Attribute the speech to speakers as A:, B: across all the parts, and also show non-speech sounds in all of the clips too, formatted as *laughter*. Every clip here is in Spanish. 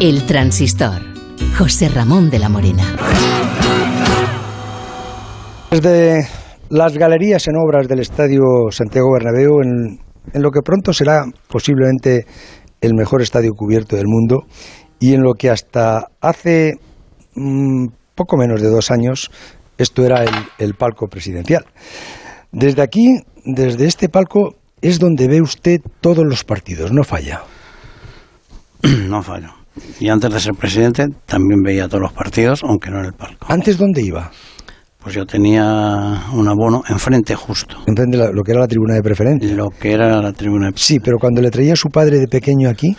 A: El transistor. José Ramón de la Morena.
B: Desde Pues las galerías en obras del Estadio Santiago Bernabéu, en, en lo que pronto será posiblemente el mejor estadio cubierto del mundo y en lo que hasta hace mm, poco menos de dos años esto era el, el palco presidencial. Desde aquí, desde este palco, es donde ve usted todos los partidos, no falla.
C: *clears throat* No fallo. Y antes de ser presidente también veía todos los partidos, aunque no en el palco.
B: ¿Antes dónde iba?
C: Pues yo tenía un abono enfrente justo,
B: Enfrente de la- lo que era la tribuna de preferencia.
C: lo que era la tribuna. de-
B: Sí, pero cuando le traía su padre de pequeño aquí,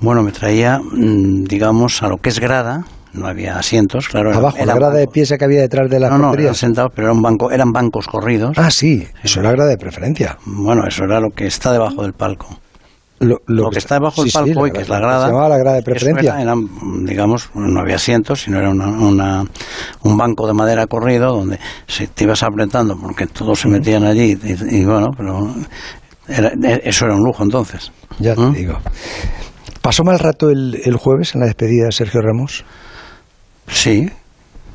C: Bueno, me traía, mm, digamos, a lo que es grada, no había asientos, claro. era-
B: abajo, la
C: era
B: grada de
C: banco.
B: pieza que había detrás de la
C: No, no,
B: portería.
C: eran sentados, pero eran, banco, eran bancos corridos.
B: Ah, sí, eso era grada de preferencia.
C: Bueno, eso era lo que está debajo del palco.
B: Lo,
C: Lo que está debajo del
B: sí, sí,
C: palco
B: la
C: hoy, que es la
B: grada-
C: grada.
B: Se llamaba la grada de
C: eso
B: preferencia.
C: era- eran, digamos, no había asientos, sino era una- una- un banco de madera corrido donde se te ibas apretando porque todos se metían allí. Y, y bueno, pero era- e- eso era un lujo entonces.
B: Ya
C: ¿Mm?
B: te digo. ¿Pasó mal rato el, el jueves en la despedida de Sergio Ramos?
C: Sí.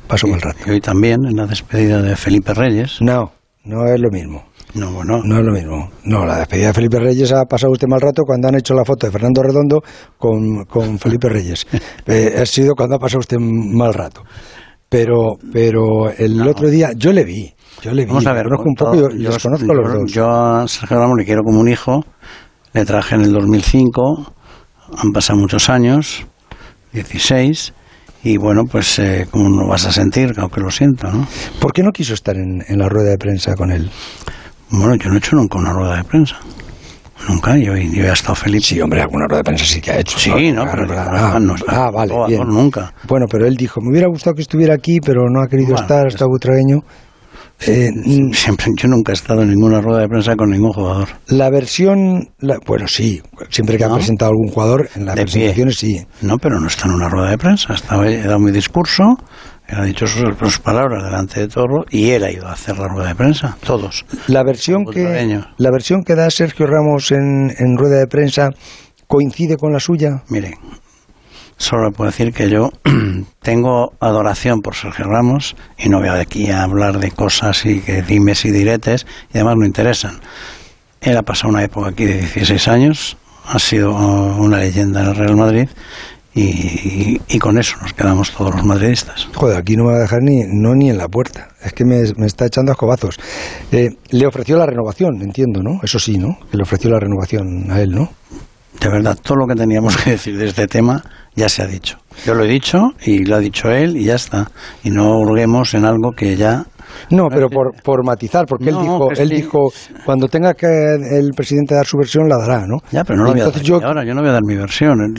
B: Pasó
C: y,
B: mal rato.
C: y hoy también, en la despedida de Felipe Reyes.
B: No, no es lo mismo.
C: No, bueno.
B: No es lo mismo. No, la despedida de Felipe Reyes ha pasado usted mal rato cuando han hecho la foto de Fernando Redondo con, con Felipe
C: *laughs*
B: Reyes. Eh, ha sido cuando ha pasado usted mal rato. Pero, pero el otro día yo le vi. Yo le vi.
C: Vamos a ver.
B: le conozco un
C: todo-
B: poco, yo, les conozco a los
C: yo-
B: dos.
C: Yo a Sergio Ramos le quiero como un hijo. Le traje en el 2005. Han pasado muchos años, 16. Y bueno, pues eh, como no vas a sentir, aunque lo siento, ¿no?
B: ¿Por qué no quiso estar en, en la rueda de prensa con él?
C: Bueno, yo no he hecho nunca una rueda de prensa. Nunca. Yo, yo he estado feliz.
B: Sí, eh, hombre, alguna rueda de prensa sí que ha hecho.
C: Sí, no, pero
B: ah,
C: no está-
B: ah, vale,
C: no,
B: bien.
C: nunca.
B: Bueno, pero él dijo, me hubiera gustado que estuviera aquí, pero no ha querido
C: Bueno,
B: estar, está butragueño. Eh, mm,
C: Siempre, yo nunca he estado en ninguna rueda de prensa con ningún jugador.
B: la versión, la- bueno, sí, siempre que ha
C: ¿No?
B: presentado algún jugador, en las
C: De pie.
B: presentaciones sí.
C: No, pero no está en una rueda de prensa. Estaba, he dado mi discurso, he dicho sus, sus palabras delante de todo y él ha ido a hacer la rueda de prensa. Todos.
B: La versión, que,
C: Butragueño.
B: la versión que da Sergio Ramos en, en rueda de prensa coincide con la suya.
C: Mire, solo le puedo decir que yo *clears throat* tengo adoración por Sergio Ramos y no voy aquí a hablar de cosas y que dimes y diretes y además no interesan. Él ha pasado una época aquí de 16 años, ha sido uh, una leyenda en el Real Madrid y, y con eso nos quedamos todos los madridistas.
B: Joder, aquí no me va a dejar ni, no, ni en la puerta. Es que me, me está echando a escobazos. Eh, le ofreció la renovación, entiendo, ¿no? Eso sí, ¿no? Que le ofreció la renovación a él, ¿no?
C: De verdad, todo lo que teníamos *laughs* que decir de este tema ya se ha dicho. Yo lo he dicho y lo ha dicho él y ya está. Y no hurguemos en algo que ya...
B: No, pero por, por matizar, porque él
C: No,
B: dijo,
C: es
B: él
C: que-
B: dijo, cuando tenga que el presidente dar su versión la dará, ¿no?
C: Ya, pero no lo voy a dar
B: Entonces yo,
C: yo... ahora, yo no voy a dar mi versión.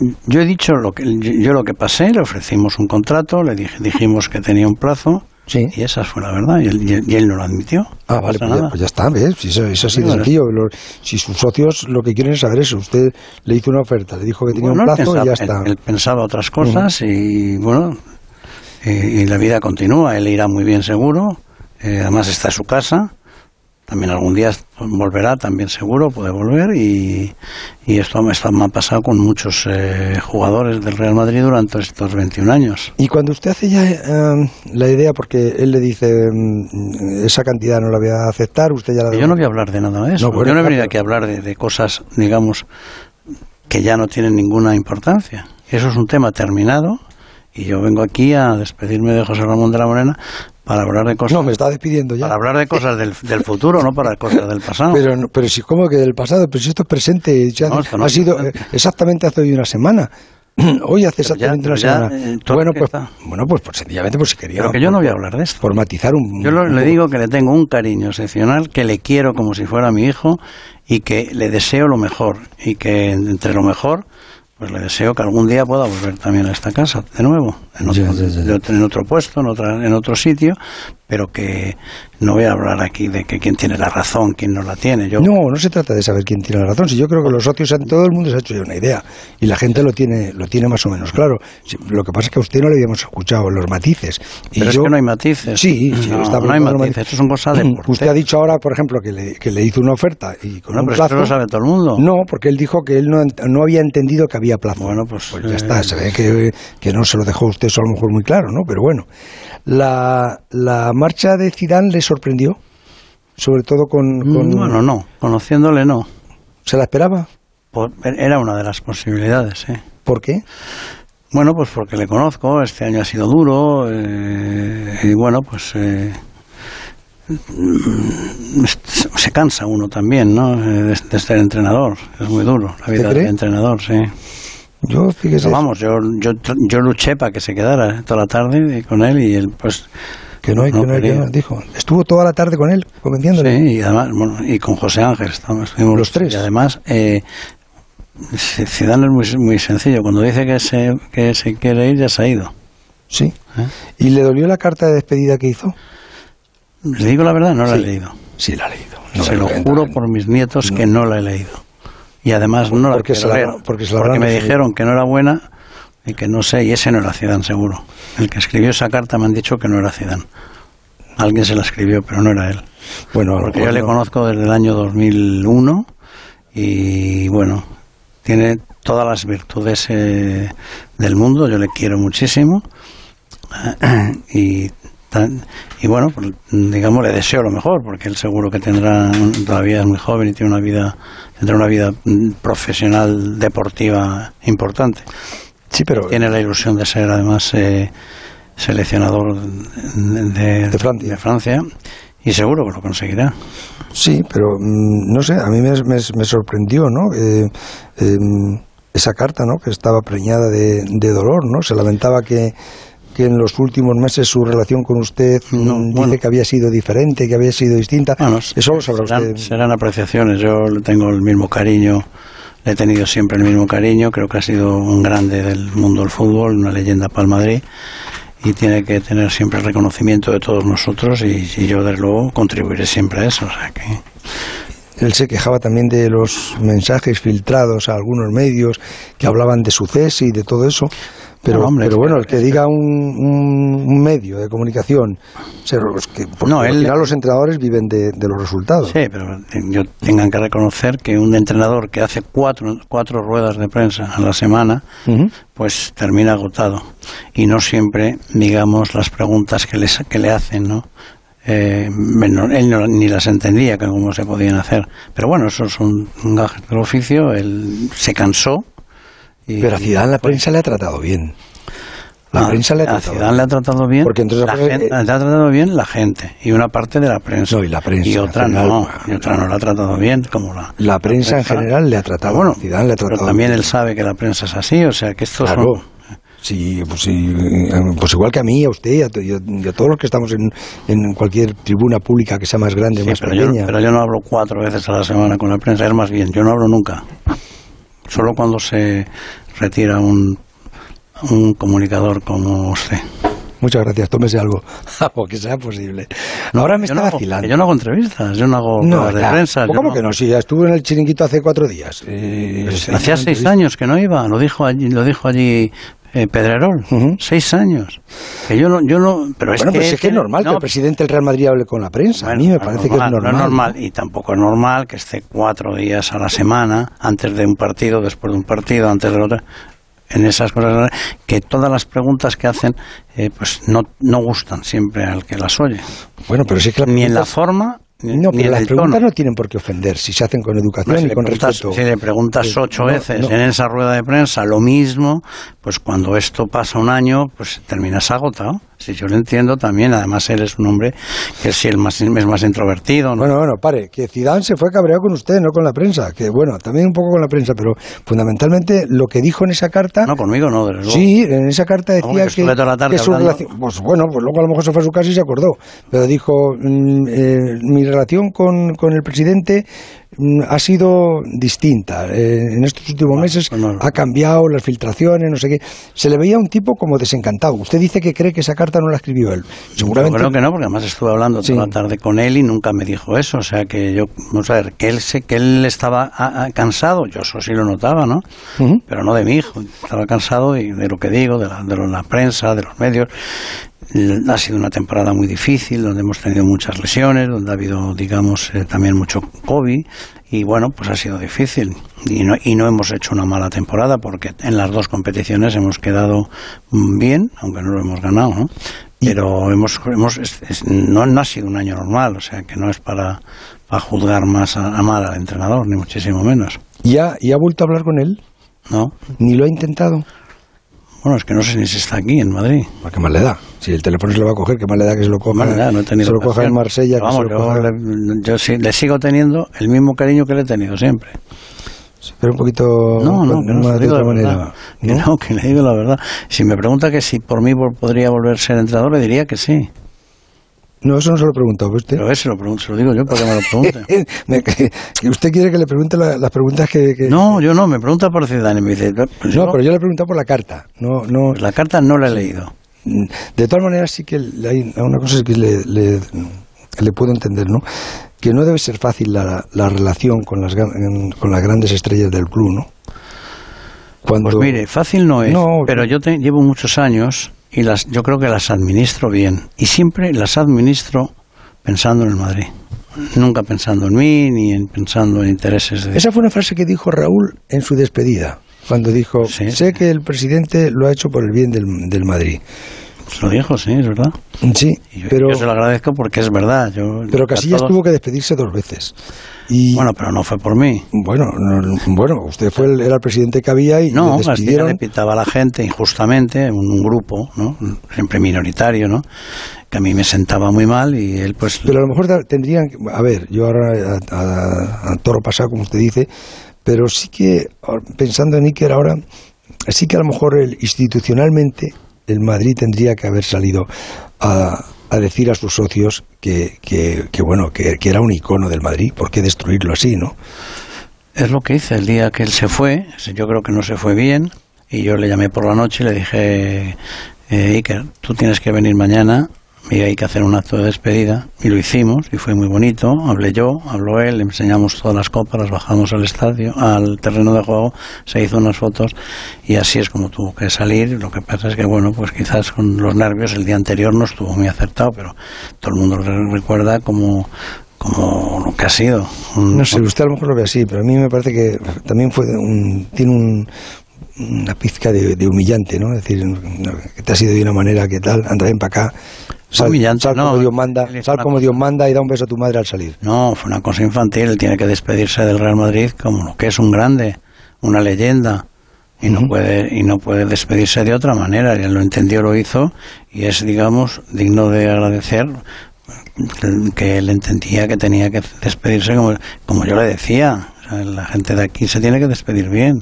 C: El- Yo he dicho lo que yo, yo lo que pasé, le ofrecimos un contrato, le dije, dijimos que tenía un plazo
B: Sí.
C: y esa fue la verdad y él, y él- y él no lo admitió.
B: Ah,
C: No
B: vale,
C: pasa
B: pues ya,
C: nada.
B: pues ya está, ¿ves? Si eso, eso así de
C: Sí, vale.
B: sencillo. Lo- si sus socios lo que quieren es saber eso. Usted le hizo una oferta, le dijo que tenía
C: Bueno,
B: un
C: él
B: plazo
C: pensaba-
B: y ya
C: él-
B: está.
C: Él, pensaba otras cosas y bueno, y, y la vida continúa. Él irá muy bien seguro. eh, además está en su casa. También algún día volverá, también seguro, puede volver. Y, y esto, me- esto me ha pasado con muchos eh, jugadores del Real Madrid durante estos 21 años.
B: Y cuando usted hace ya eh, la idea, porque él le dice, mm, esa cantidad no la voy a aceptar, usted ya la...
C: Yo no voy a hablar de nada de eso.
B: No, bueno,
C: Yo no he
B: claro,
C: venido
B: pero-
C: aquí a hablar de, de cosas, digamos, que ya no tienen ninguna importancia. Eso es un tema terminado y yo vengo aquí a despedirme de José Ramón de la Morena para hablar de cosas,
B: No, me está despidiendo ya.
C: para hablar de cosas del, del futuro, no para cosas del pasado.
B: *laughs* Pero, no- pero si, ¿cómo que del pasado? Pero si esto es presente, ya
C: No,
B: hace-
C: esto no
B: ha
C: es
B: sido
C: presente.
B: eh, exactamente hace hoy una semana. *clears throat* Hoy hace
C: Pero ya-
B: exactamente
C: pero
B: una
C: ya,
B: semana.
C: eh, todo
B: bueno,
C: que
B: pues,
C: está.
B: bueno, pues, pues sencillamente, pues si quería.
C: Pero que yo no voy a hablar de esto.
B: Por matizar un.
C: Yo lo-
B: un
C: le
B: poco.
C: digo que le tengo un cariño excepcional, que le quiero como si fuera mi hijo y que le deseo lo mejor. Y que entre lo mejor, pues le deseo que algún día pueda volver también a esta casa, de nuevo, en otro,
B: Ya, ya, ya.
C: de otro- en otro puesto, en, otra, en otro sitio, pero que no voy a hablar aquí de que quién tiene la razón, quién no la tiene. Yo,
B: No, no se trata de saber quién tiene la razón. Si yo creo que los socios en todo el mundo se ha hecho ya una idea y la gente lo tiene, lo tiene más o menos claro. Si- Lo que pasa es que a usted no le habíamos escuchado los matices. Y
C: pero es
B: yo-
C: que no hay matices.
B: Sí, sí,
C: no,
B: está
C: no
B: hablando
C: hay
B: de los Mm,
C: matices. Esto es una cosa de porte.
B: Usted ha dicho ahora, por ejemplo, que le, que le hizo una oferta y con
C: No,
B: un
C: pero
B: plazo.
C: esto lo sabe todo el mundo.
B: No, porque él dijo que él no, ent- no había entendido que había plazo.
C: Bueno, pues,
B: ya
C: eh,
B: está, se ve que, que no se lo dejó usted eso a lo mejor muy claro, ¿no? Pero bueno, la, la marcha de Zidane le sorprendió, sobre todo con... con-
C: Mm, Bueno, no. Conociéndole, no.
B: ¿Se la esperaba?
C: Por- Era una de las posibilidades, ¿eh?
B: ¿Por qué?
C: Bueno, pues porque le conozco, este año ha sido duro, eh, y bueno, pues eh, mm, es- se cansa uno también, ¿no? Eh, De, de ser entrenador, es muy duro la vida
B: cree?
C: del entrenador, sí.
B: Yo, fíjese,
C: Pero vamos, yo, yo, tr- yo luché para que se quedara toda la tarde con él y él, pues,
B: que no, hay- que
C: no
B: no, hay- que
C: quería.
B: no, dijo. Estuvo toda la tarde con él, convenciéndole.
C: Sí, y además, bueno, y con José Ángel estamos, estuvimos
B: Los tres.
C: Y además, eh, C- Zidane es muy, muy sencillo, cuando dice que se, que se quiere ir ya se ha ido.
B: Sí.
C: ¿eh?
B: ¿Y le dolió la carta de despedida que hizo?
C: ¿Le digo la verdad? No la
B: Sí.
C: he leído.
B: Sí, la ha leído.
C: se lo juro por mis nietos que no la he leído. Y además no la
B: Porque
C: quiero
B: se la-
C: leer,
B: porque se la habrán
C: me
B: decidido.
C: dijeron que no era buena y que no sé, y ese no era Zidane seguro. El que escribió esa carta me han dicho que no era Zidane. Alguien se la escribió, pero no era él.
B: Bueno, a lo
C: Porque
B: mejor
C: yo le
B: no.
C: conozco desde el año 2001 y bueno, tiene todas las virtudes eh, del mundo, yo le quiero muchísimo *clears throat* y, tan- y bueno, pues, digamos, le deseo lo mejor porque él seguro que tendrá, un- todavía es muy joven y tiene una vida, tendrá una vida mm, profesional, deportiva importante.
B: Sí, pero...
C: Tiene la ilusión de ser además eh, seleccionador de, de-
B: De Francia.
C: de Francia y seguro que lo conseguirá.
B: Sí, pero mm, no sé, a mí me, me- me sorprendió, ¿no? Eh, em, esa carta, ¿no? Que estaba preñada de, de dolor, ¿no? Se lamentaba que, que en los últimos meses su relación con usted mm,
C: No,
B: dice
C: bueno.
B: que había sido diferente, que había sido distinta.
C: Bueno,
B: *laughs* Eso lo sabrá
C: serán,
B: usted.
C: serán apreciaciones. Yo le tengo el mismo cariño, le he tenido siempre el mismo cariño. Creo que ha sido un grande del mundo del fútbol, una leyenda para el Madrid y tiene que tener siempre el reconocimiento de todos nosotros y, y yo desde luego contribuiré siempre a eso. O sea que
B: Él se quejaba también de los mensajes filtrados a algunos medios que hablaban de su cese y de todo eso. Pero,
C: No, hombre,
B: pero
C: es
B: bueno,
C: que-
B: el que diga un, un- un medio de comunicación, se- los que, porque
C: No,
B: al
C: él-
B: final los entrenadores viven de, de los resultados.
C: sí, pero te- yo tengan que reconocer que un entrenador que hace cuatro, cuatro ruedas de prensa a la semana
B: Ujú.
C: pues termina agotado y no siempre digamos las preguntas que les que le hacen no Eh, bueno, él no- ni las entendía que cómo se podían hacer pero bueno eso es un, un gajes del oficio él se cansó y,
B: Pero a Zidane la prensa le ha tratado bien. La
C: Ah,
B: prensa le ha
C: a
B: tratado
C: Zidane le ha tratado bien
B: Porque entre otras
C: la
B: cosas,
C: gente-
B: eh,
C: le ha tratado bien la gente y una parte de la prensa
B: No, y la prensa
C: Y
B: en
C: otra
B: general,
C: no
B: bueno,
C: y otra no la ha tratado bien como la
B: bien. La prensa en general le ha
C: Ah,
B: tratado
C: bueno,
B: a Zidane le ha
C: pero
B: tratado
C: también
B: bien.
C: él sabe que la prensa es así, o sea que esto es
B: Claro. Sí, pues, sí, eh, pues igual que a mí, a usted y a, to- y a- y a todos los que estamos en, en cualquier tribuna pública que sea más grande o
C: Sí,
B: más
C: pero,
B: pequeña.
C: Yo, pero yo no hablo cuatro veces a la semana con la prensa, es más bien, yo no hablo nunca. Solo cuando se retira un, un comunicador como usted.
B: Muchas gracias, tómese algo, *laughs* porque sea posible. Ahora me
C: Yo
B: está
C: no, hago,
B: vacilando.
C: que yo no hago entrevistas, yo no hago ruedas de
B: ya.
C: prensa. yo
B: ¿Cómo
C: no-
B: que no? Sí, ya estuve en el chiringuito hace cuatro días. Eh, sí,
C: Hacía seis
B: entrevista.
C: años que no iba, lo dijo allí, lo dijo allí eh, Pedrerol.
B: Ujú.
C: Seis años. Que yo no, yo no, pero es
B: Bueno,
C: que,
B: pues es que es normal que
C: no,
B: el presidente del Real Madrid hable con la prensa. a
C: Bueno,
B: mí me
C: no
B: parece que es normal.
C: No es normal y tampoco es normal que esté cuatro días a la semana, antes de un partido, después de un partido, antes de otro, en esas cosas, que todas las preguntas que hacen eh, pues no, no gustan siempre al que las oye.
B: Bueno, pero sí que las
C: Ni en la
B: preguntas-
C: forma, ni,
B: No,
C: ni
B: pero
C: en
B: las
C: el
B: preguntas
C: tono.
B: no tienen por qué ofender si se hacen con educación
C: Hombre, si,
B: y
C: le
B: con
C: preguntas,
B: respeto.
C: si le preguntas
B: Eh,
C: ocho
B: no,
C: veces
B: no.
C: en esa rueda de prensa lo mismo, pues cuando esto pasa un año, pues terminas agotado. Si yo lo entiendo también, además él es un hombre que si el más, es más introvertido, ¿no?
B: Bueno, bueno, pare, que Zidane se fue cabreado con usted, no con la prensa, que bueno, también un poco con la prensa, pero fundamentalmente lo que dijo en esa carta,
C: no conmigo no, desde luego.
B: Ah. sí, en esa carta decía
C: Hombre, que
B: que,
C: estuve toda la tarde
B: que su
C: hablando.
B: relación, pues bueno, pues luego a lo mejor se fue a su casa y se acordó, pero dijo, mm, eh, mi relación con, con el presidente ha sido distinta. Eh, en estos últimos meses
C: no, no.
B: ha cambiado las filtraciones, no sé qué. Se le veía un tipo como desencantado. Usted dice que cree que esa carta no la escribió él. Seguramente.
C: Yo creo que no, porque además estuve hablando
B: Sí.
C: toda la tarde con él y nunca me dijo eso. O sea que yo, vamos a ver, que él, se, que él estaba ah, ah, cansado, yo eso sí lo notaba, ¿no?
B: Ujú.
C: Pero no de mi hijo, estaba cansado y de lo que digo, de la, de lo- la prensa, de los medios. L- Ha sido una temporada muy difícil, donde hemos tenido muchas lesiones, donde ha habido, digamos, eh, también mucho COVID. Y bueno, pues ha sido difícil. Y no, y no hemos hecho una mala temporada, porque en las dos competiciones hemos quedado mm, bien, aunque no lo hemos ganado, ¿no? Pero hemos, hemos es- es- no, no ha sido un año normal, o sea que no es para, para juzgar más a, a mal al entrenador, ni muchísimo menos,
B: ¿Y, ha, y ha vuelto a hablar con él?
C: ¿no?
B: ¿Ni lo ha intentado?
C: Bueno, es que no sé ni si está aquí en Madrid.
B: ¿A ¿Qué más le da? Si el teléfono se lo va a coger, ¿qué más le da que se lo coja?
C: Bueno, ya, no he tenido
B: se lo coja
C: ocasión.
B: en Marsella, que
C: Vamos,
B: se lo coja-
C: yo, le, yo sí- le sigo teniendo el mismo cariño que le he tenido siempre.
B: Pero un poquito
C: No, no, que no,
B: más
C: se lo
B: de
C: digo
B: otra
C: la
B: manera. ¿Eh?
C: verdad. *laughs* Que
B: ¿no?
C: no, que le digo la verdad. Si me pregunta que si por mí vol- podría volver a ser entrenador, le diría que sí.
B: No, eso no se lo he preguntado ¿ve usted. *laughs*
C: Pero a ver, se lo, pregunto, se lo digo yo para que me lo pregunte.
B: Me- que- que ¿Usted quiere que le pregunte la- las preguntas que... que-
C: No, yo no, me pregunta por ciudadanía. Me dice, pues
B: No,
C: yo-
B: pero yo le he preguntado por la carta. No, no,
C: pues la carta no la he leído.
B: De todas maneras, sí que le- hay una cosa que le, le- le puedo entender, ¿no? Que no debe ser fácil la, la relación con las, gran- en- con las grandes estrellas del club, ¿no? Cuando,
C: Pues mire, fácil no es,
B: No,
C: pero yo te- llevo muchos años y las, yo creo que las administro bien. Y siempre las administro pensando en el Madrid. Nunca pensando en mí, ni en- pensando en intereses de...
B: Esa fue una frase que dijo Raúl en su despedida, cuando dijo,
C: Sí.
B: sé que el presidente lo ha hecho por el bien del, del Madrid.
C: Lo dijo, sí, es verdad.
B: Sí,
C: Y yo,
B: pero,
C: yo se lo agradezco porque es verdad. Yo,
B: pero
C: a
B: Casillas
C: todos-
B: tuvo que despedirse dos veces. Y,
C: Bueno, pero no fue por mí.
B: bueno, no- bueno, usted fue el, era el presidente que había y
C: No,
B: le
C: Castilla
B: despidieron.
C: le pitaba a la gente injustamente, un grupo, ¿no? Siempre minoritario, ¿no? Que a mí me sentaba muy mal y él pues...
B: Pero a lo mejor da- tendrían, que- a ver, yo ahora a, a- a toro pasado, como usted dice, pero sí que, ahora, pensando en Iker ahora, sí que a lo mejor el- institucionalmente el Madrid tendría que haber salido a, a decir a sus socios que, que- que, bueno, que, que era un icono del Madrid, ¿por qué destruirlo así, no?
C: Es lo que hice el día que él se fue. Yo creo que no se fue bien. Y yo le llamé por la noche y le dije, eh, Iker, tú tienes que venir mañana. Y hay que hacer un acto de despedida. Y lo hicimos y fue muy bonito. Hablé yo, habló él, le enseñamos todas las copas, las bajamos al estadio, al terreno de juego, se hizo unas fotos y así es como tuvo que salir. Lo que pasa es que, bueno, pues quizás con los nervios el día anterior no estuvo muy acertado, pero todo el mundo lo recuerda como, como lo que ha sido. Un-
B: No sé, usted a lo mejor lo ve así, pero a mí me parece que también fue un, tiene un- una pizca de, de humillante, ¿no? Es decir, no, que te has ido de una manera que tal, anda ven para acá, sal,
C: humillante,
B: sal como
C: no.
B: Dios manda,
C: Él es
B: sal
C: una
B: como
C: cosa-
B: Dios manda y da un beso a tu madre al salir.
C: No, fue una cosa infantil. Él tiene que despedirse del Real Madrid como lo que es un grande, una leyenda. Y no,
B: Ujú.
C: puede, y no puede despedirse de otra manera. Él lo entendió, lo hizo. Y es, digamos, digno de agradecer que él entendía que tenía que despedirse como, como yo le decía. O sea, la gente de aquí se tiene que despedir bien.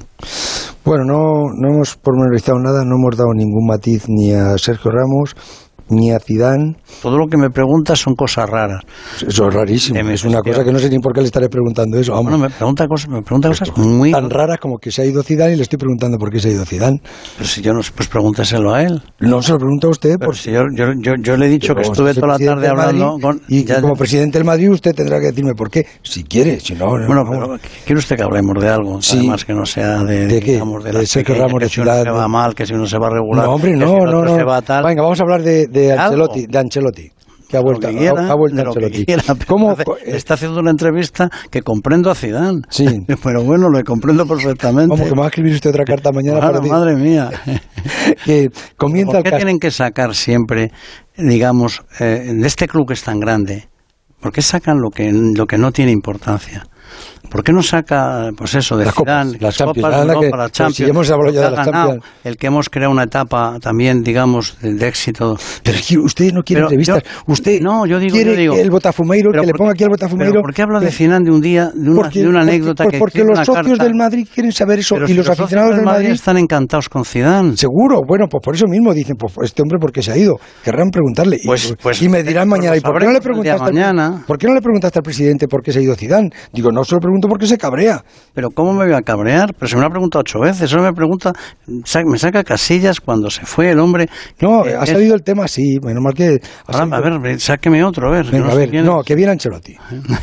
B: Bueno, no, no hemos pormenorizado nada, no hemos dado ningún matiz ni a Sergio Ramos, ni a Zidane.
C: Todo lo que me preguntas son cosas raras.
B: Eso es rarísimo.
C: De mi
B: Es una
C: gestión.
B: cosa que no sé ni por qué le estaré preguntando eso. vamos.
C: Bueno, me pregunta cosas, me pregunta cosas muy...
B: tan raras como que se ha ido Zidane y le estoy preguntando por qué se ha ido Zidane.
C: Pero si yo no... Pues pregúnteselo a él.
B: No se lo pregunto a usted
C: Pero
B: por
C: si yo, yo, yo, yo le he dicho que
B: Pero
C: estuve
B: usted
C: toda la
B: es presidente
C: tarde
B: del
C: hablando
B: Madrid,
C: con...
B: Y
C: ya-
B: como presidente del Madrid, usted tendrá que decirme por qué. Si quiere, si no. no,
C: Bueno,
B: no.
C: pero ¿quiere usted que hablemos de algo?
B: Sí.
C: Además que no sea de...
B: ¿De qué?
C: digamos, de
B: De
C: las
B: Sergio
C: pequeñas,
B: Ramos
C: que
B: de
C: si uno se
B: Ciudad,
C: va
B: ¿no?
C: mal, que si uno se va regular...
B: No, hombre,
C: que
B: no,
C: si el
B: no,
C: otro
B: no.
C: se va tal.
B: Venga, vamos a hablar de, de
C: ¿Algo?
B: Ancelotti, de Ancelotti, que ha
C: Lo
B: vuelto,
C: que quiera,
B: ha, ha vuelto
C: de lo que
B: Ancelotti.
C: quiera,
B: *laughs*
C: pero
B: ¿Cómo?
C: hace-
B: co- eh,
C: Está haciendo una entrevista que comprendo a Zidane.
B: Sí.
C: *laughs* Pero bueno, lo comprendo perfectamente.
B: ¿Cómo que me va a escribir usted otra carta mañana
C: Claro,
B: para decir *laughs*
C: madre mía.
B: que comienza
C: ¿Por
B: el
C: qué
B: cas-
C: tienen que sacar siempre, digamos, eh, de este club que es tan grande? ¿Por qué sacan lo que, lo que no tiene importancia? ¿Por qué no saca, pues eso, de
B: Las copas,
C: Zidane,
B: las Champions,
C: de
B: anda
C: Europa,
B: que-
C: las
B: pues si hemos hablado ya
C: lo que
B: de
C: ha
B: las
C: ganado,
B: Champions.
C: El que hemos creado una etapa también, digamos, de, de éxito.
B: Pero es que usted no quiere
C: Pero
B: entrevistas.
C: yo-
B: usted
C: no, yo digo,
B: quiere
C: yo digo.
B: que el Botafumeiro,
C: Pero
B: que le
C: por-
B: ponga aquí al Botafumeiro.
C: pero ¿Por qué habla de
B: que-
C: Zidane de un día, de una,
B: porque-
C: de una
B: porque-
C: anécdota
B: pues
C: que
B: porque
C: escribe
B: los
C: una
B: socios
C: carta?
B: del Madrid quieren saber eso
C: Pero
B: y
C: si
B: los,
C: socios
B: aficionados del Madrid
C: están encantados con Zidane.
B: Seguro, bueno, pues por eso mismo dicen, pues este hombre por qué se ha ido. Querrán preguntarle y-
C: Pues- pues-
B: y me dirán
C: pues
B: mañana,
C: lo
B: ¿y por qué no le
C: sabremos el día
B: preguntaste? al-
C: mañana".
B: ¿Por qué no le preguntaste al presidente por qué se ha ido Zidane? Digo, no se lo pregunto por qué se cabrea.
C: Pero ¿cómo me voy a cabrear? Pero se me lo ha preguntado ocho veces. Solo me pregunta, sa- me saca casillas cuando se fue el hombre.
B: No,
C: Eh,
B: ha
C: es-
B: salido el tema así, menos mal que... ha
C: Ahora,
B: salido-
C: a ver, ve- sáqueme otro, a ver.
B: Venga,
C: no
B: a
C: sé
B: ver,
C: quién
B: no,
C: es.
B: que viene Ancelotti.
C: *laughs*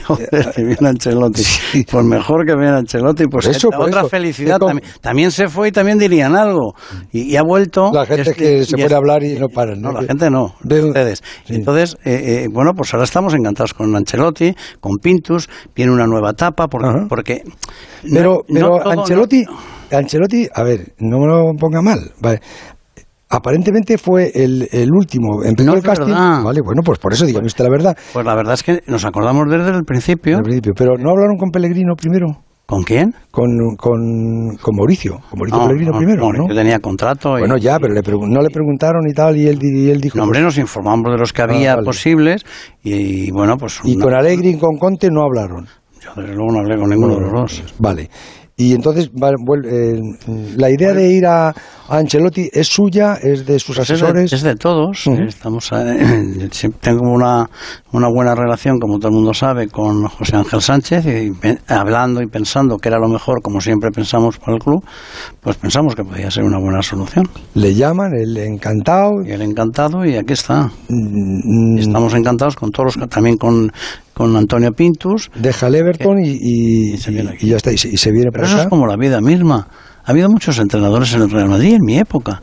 C: Joder, que viene Ancelotti. Pues mejor que viene Ancelotti. Pues
B: Por eso,
C: esta
B: por
C: otra
B: eso.
C: felicidad.
B: Es como-
C: También, también se fue y también dirían algo. Y, y ha vuelto.
B: La gente
C: y es-
B: que se
C: y es-
B: puede hablar y no paran, ¿no?
C: No, la gente no,
B: De-
C: ustedes.
B: Sí.
C: Entonces, eh, eh, bueno, pues ahora estamos encantados con Ancelotti, con Pintus, viene una nueva etapa, porque...
B: Ajá.
C: porque no-
B: Pero,
C: no
B: pero
C: todo-
B: Ancelotti,
C: no-
B: Ancelotti, a ver, no me lo ponga mal, vale. Aparentemente fue el, el último, empezó
C: No
B: el
C: es
B: casting,
C: verdad.
B: vale, bueno, pues por eso dígame usted la verdad.
C: pues la verdad es que nos acordamos desde el principio.
B: al principio, pero no hablaron con Pellegrino primero,
C: ¿Con quién?
B: con, con, con Mauricio, con Mauricio
C: No,
B: Pellegrino
C: no,
B: primero,
C: bueno,
B: ¿no?
C: Yo tenía contrato. y-
B: Bueno, ya, pero le pregun- no le preguntaron y tal, y él, di- y él dijo...
C: No, hombre, nos informamos de los que había
B: Ah, vale.
C: posibles y, bueno, pues...
B: pues, y
C: no-
B: con Alegri y con Conte no hablaron.
C: Yo desde luego no hablé con ninguno de los dos.
B: Vale. Y entonces, va- vuel- eh, la idea de ir a, a Ancelotti es suya, es de sus
C: Pues es de-
B: asesores.
C: Es de, todos.
B: Ujú.
C: ¿eh? Estamos a- *laughs* siempre tengo una, una buena relación, como todo el mundo sabe, con José Ángel Sánchez y pe- hablando y pensando que era lo mejor, como siempre pensamos para el club, pues pensamos que podía ser una buena solución.
B: Le llaman, el encantado.
C: Y él encantado y aquí está.
B: mm, mm,
C: Estamos encantados con todos, los, que- también con, con Antonio Pintus.
B: Deja el Everton y, y-
C: Y se viene
B: y-
C: aquí.
B: y ya está, y se, y se viene
C: Pero
B: para
C: eso es
B: acá.
C: como la vida misma. Ha habido muchos entrenadores en el Real Madrid en mi época.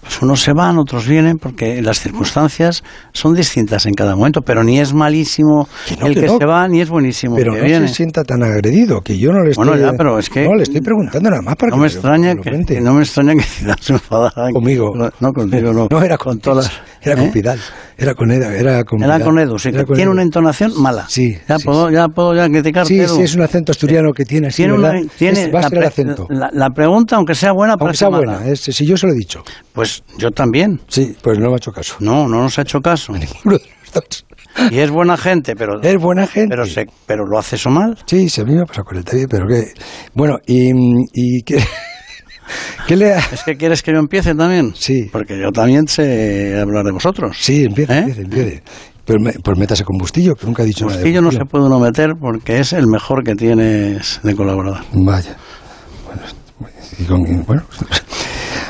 C: Pues unos se van, otros vienen, porque las circunstancias son distintas en cada momento. Pero ni es malísimo
B: Que no,
C: el
B: que
C: que,
B: no.
C: se va, ni es buenísimo el
B: Pero
C: que
B: no
C: viene.
B: se sienta tan agredido, que yo no le estoy,
C: Bueno, ya, pero es que-
B: no, le estoy preguntando nada más para
C: No
B: que
C: me
B: lo-
C: extraña
B: lo
C: que,
B: cuente.
C: que no me extraña que *laughs* Zidane se enfadara.
B: Conmigo. *laughs*
C: No, contigo no.
B: era con todas. Era
C: ¿Eh?
B: con Vidal. Era con Eda. Era con,
C: Era
B: Vidal.
C: con Edu, sí,
B: Era
C: que
B: con
C: tiene
B: Edu.
C: una entonación mala.
B: Sí,
C: Ya,
B: sí,
C: puedo, ya puedo ya criticarte,
B: Sí,
C: Edu.
B: sí, es un acento asturiano que tiene así,
C: Tiene una-
B: ¿verdad?
C: tiene
B: Es- va a
C: la
B: ser el
C: pre-
B: acento.
C: La, la pregunta, aunque sea buena,
B: Aunque
C: parece
B: sea
C: mala.
B: buena, ¿eh? es- si yo se lo he dicho.
C: Pues yo también.
B: Sí, pues no me ha hecho caso. *laughs*
C: No, no nos ha hecho caso.
B: Uno de los dos.
C: Y es buena gente, pero,
B: *laughs* Es buena gente.
C: pero, se, pero lo hace eso mal.
B: Sí, se me iba a pasar con el David, pero que... Bueno, y... y que, *laughs* ¿Qué le ha-
C: Es que quieres que yo empiece también.
B: Sí.
C: Porque yo también sé hablar de vosotros.
B: Sí, empieza,
C: ¿Eh?
B: empieza, empieza. Pero me- pues métase con Bustillo, que nunca ha dicho nada de
C: Bustillo Pues no se puede uno meter porque es el mejor que tienes de colaborador.
B: Vaya. Bueno, y con- bueno. *laughs*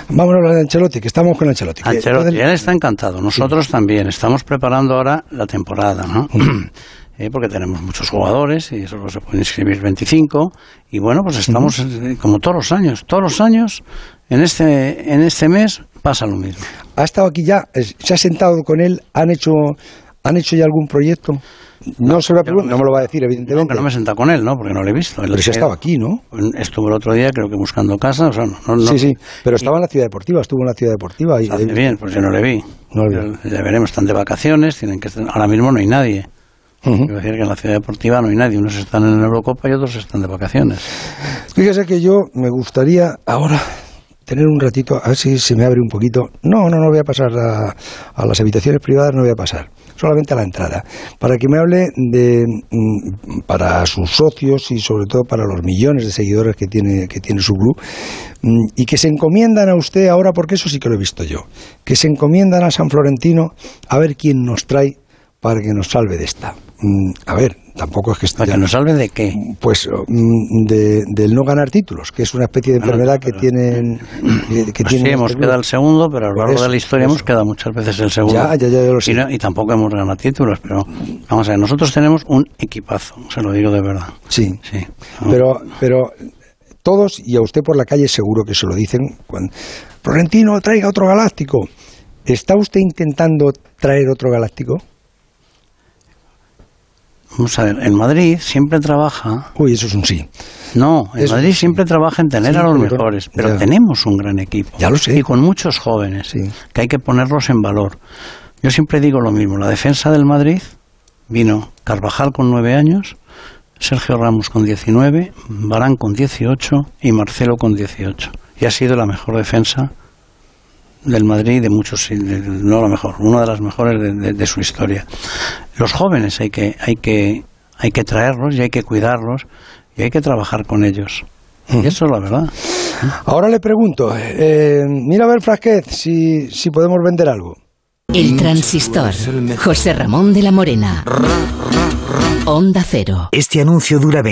B: Vámonos a hablar de Ancelotti, que estamos con Ancelotti. que-
C: Ancelotti,
B: entonces-
C: él está encantado. Nosotros también. Estamos preparando ahora la temporada, ¿no? *clears throat* Eh, porque tenemos muchos jugadores y solo se pueden inscribir 25. Y bueno, pues estamos eh, como todos los años. Todos los años, en este, en este mes, pasa lo mismo.
B: ha estado aquí ya, es- se ha sentado con él, han hecho, han hecho ya algún proyecto. No, se lo ha
C: yo no
B: preguntado,
C: me-
B: no me lo va a decir,
C: Aunque
B: evidentemente.
C: no me he sentado con él, ¿no? Porque no lo he visto. Él
B: Pero se ha
C: eh,
B: estado aquí, ¿no?
C: Estuvo el otro día, creo que buscando casa. O sea, no, no-
B: Sí, sí, pero
C: y-
B: estaba en la ciudad deportiva, estuvo en la ciudad deportiva. Y,
C: hace bien, pues yo no le vi.
B: No le vi.
C: Ya veremos, están de vacaciones, tienen que estar- ahora mismo no hay nadie.
B: Ujú.
C: Quiero decir que en la ciudad deportiva no hay nadie. Unos están en la Eurocopa y otros están de vacaciones.
B: Fíjese que yo me gustaría ahora tener un ratito, a ver si se me abre un poquito. No, no, no voy a pasar a, a las habitaciones privadas, no voy a pasar, solamente a la entrada, para que me hable de, mm, para sus socios y sobre todo para los millones de seguidores que tiene, que tiene su club, mm, y que se encomiendan a usted ahora, porque eso sí que lo he visto yo, que se encomiendan a San Florentino a ver quién nos trae para que nos salve de esta. Mm, A ver, tampoco es que esté
C: ¿Para que nos salve de qué?
B: pues mm, de, del no ganar títulos, que es una especie de
C: Bueno,
B: enfermedad que
C: pero-
B: tienen. Que, que
C: Ah, Pues
B: tienen
C: sí, hemos
B: este club.
C: quedado el segundo, pero a lo
B: Por
C: largo
B: eso,
C: de la historia
B: por
C: hemos
B: eso.
C: quedado muchas veces el segundo.
B: Ya, ya, ya, ya lo sé.
C: y, no- y tampoco hemos ganado títulos, pero vamos a ver, nosotros tenemos un equipazo, se lo digo de verdad.
B: Sí,
C: Sí.
B: pero, pero todos, y a usted por la calle seguro que se lo dicen, cuando, Florentino, traiga otro galáctico. ¿Está usted intentando traer otro galáctico?
C: Vamos a ver, en Madrid siempre trabaja
B: Uy, eso es un sí.
C: No, en
B: Eso
C: Madrid
B: sí.
C: siempre trabaja en tener
B: Sí,
C: a los
B: pero-
C: mejores, pero
B: ya.
C: tenemos un gran equipo.
B: Ya lo sé.
C: Y con muchos jóvenes,
B: Sí.
C: que hay que ponerlos en valor. Yo siempre digo lo mismo, la defensa del Madrid vino Carvajal con nueve años, Sergio Ramos con 19, Barán con 18 y Marcelo con 18. Y ha sido la mejor defensa del Madrid de muchos, de- no la mejor, una de las mejores de, de- de su historia. Los jóvenes hay que, hay que, hay que traerlos y hay que cuidarlos y hay que trabajar con ellos. Y eso es la verdad.
B: Ahora le pregunto, eh, mira a ver, Frasquez, si, si podemos vender algo.
A: El transistor. José Ramón de la Morena. Onda Cero.
D: Este anuncio dura 20.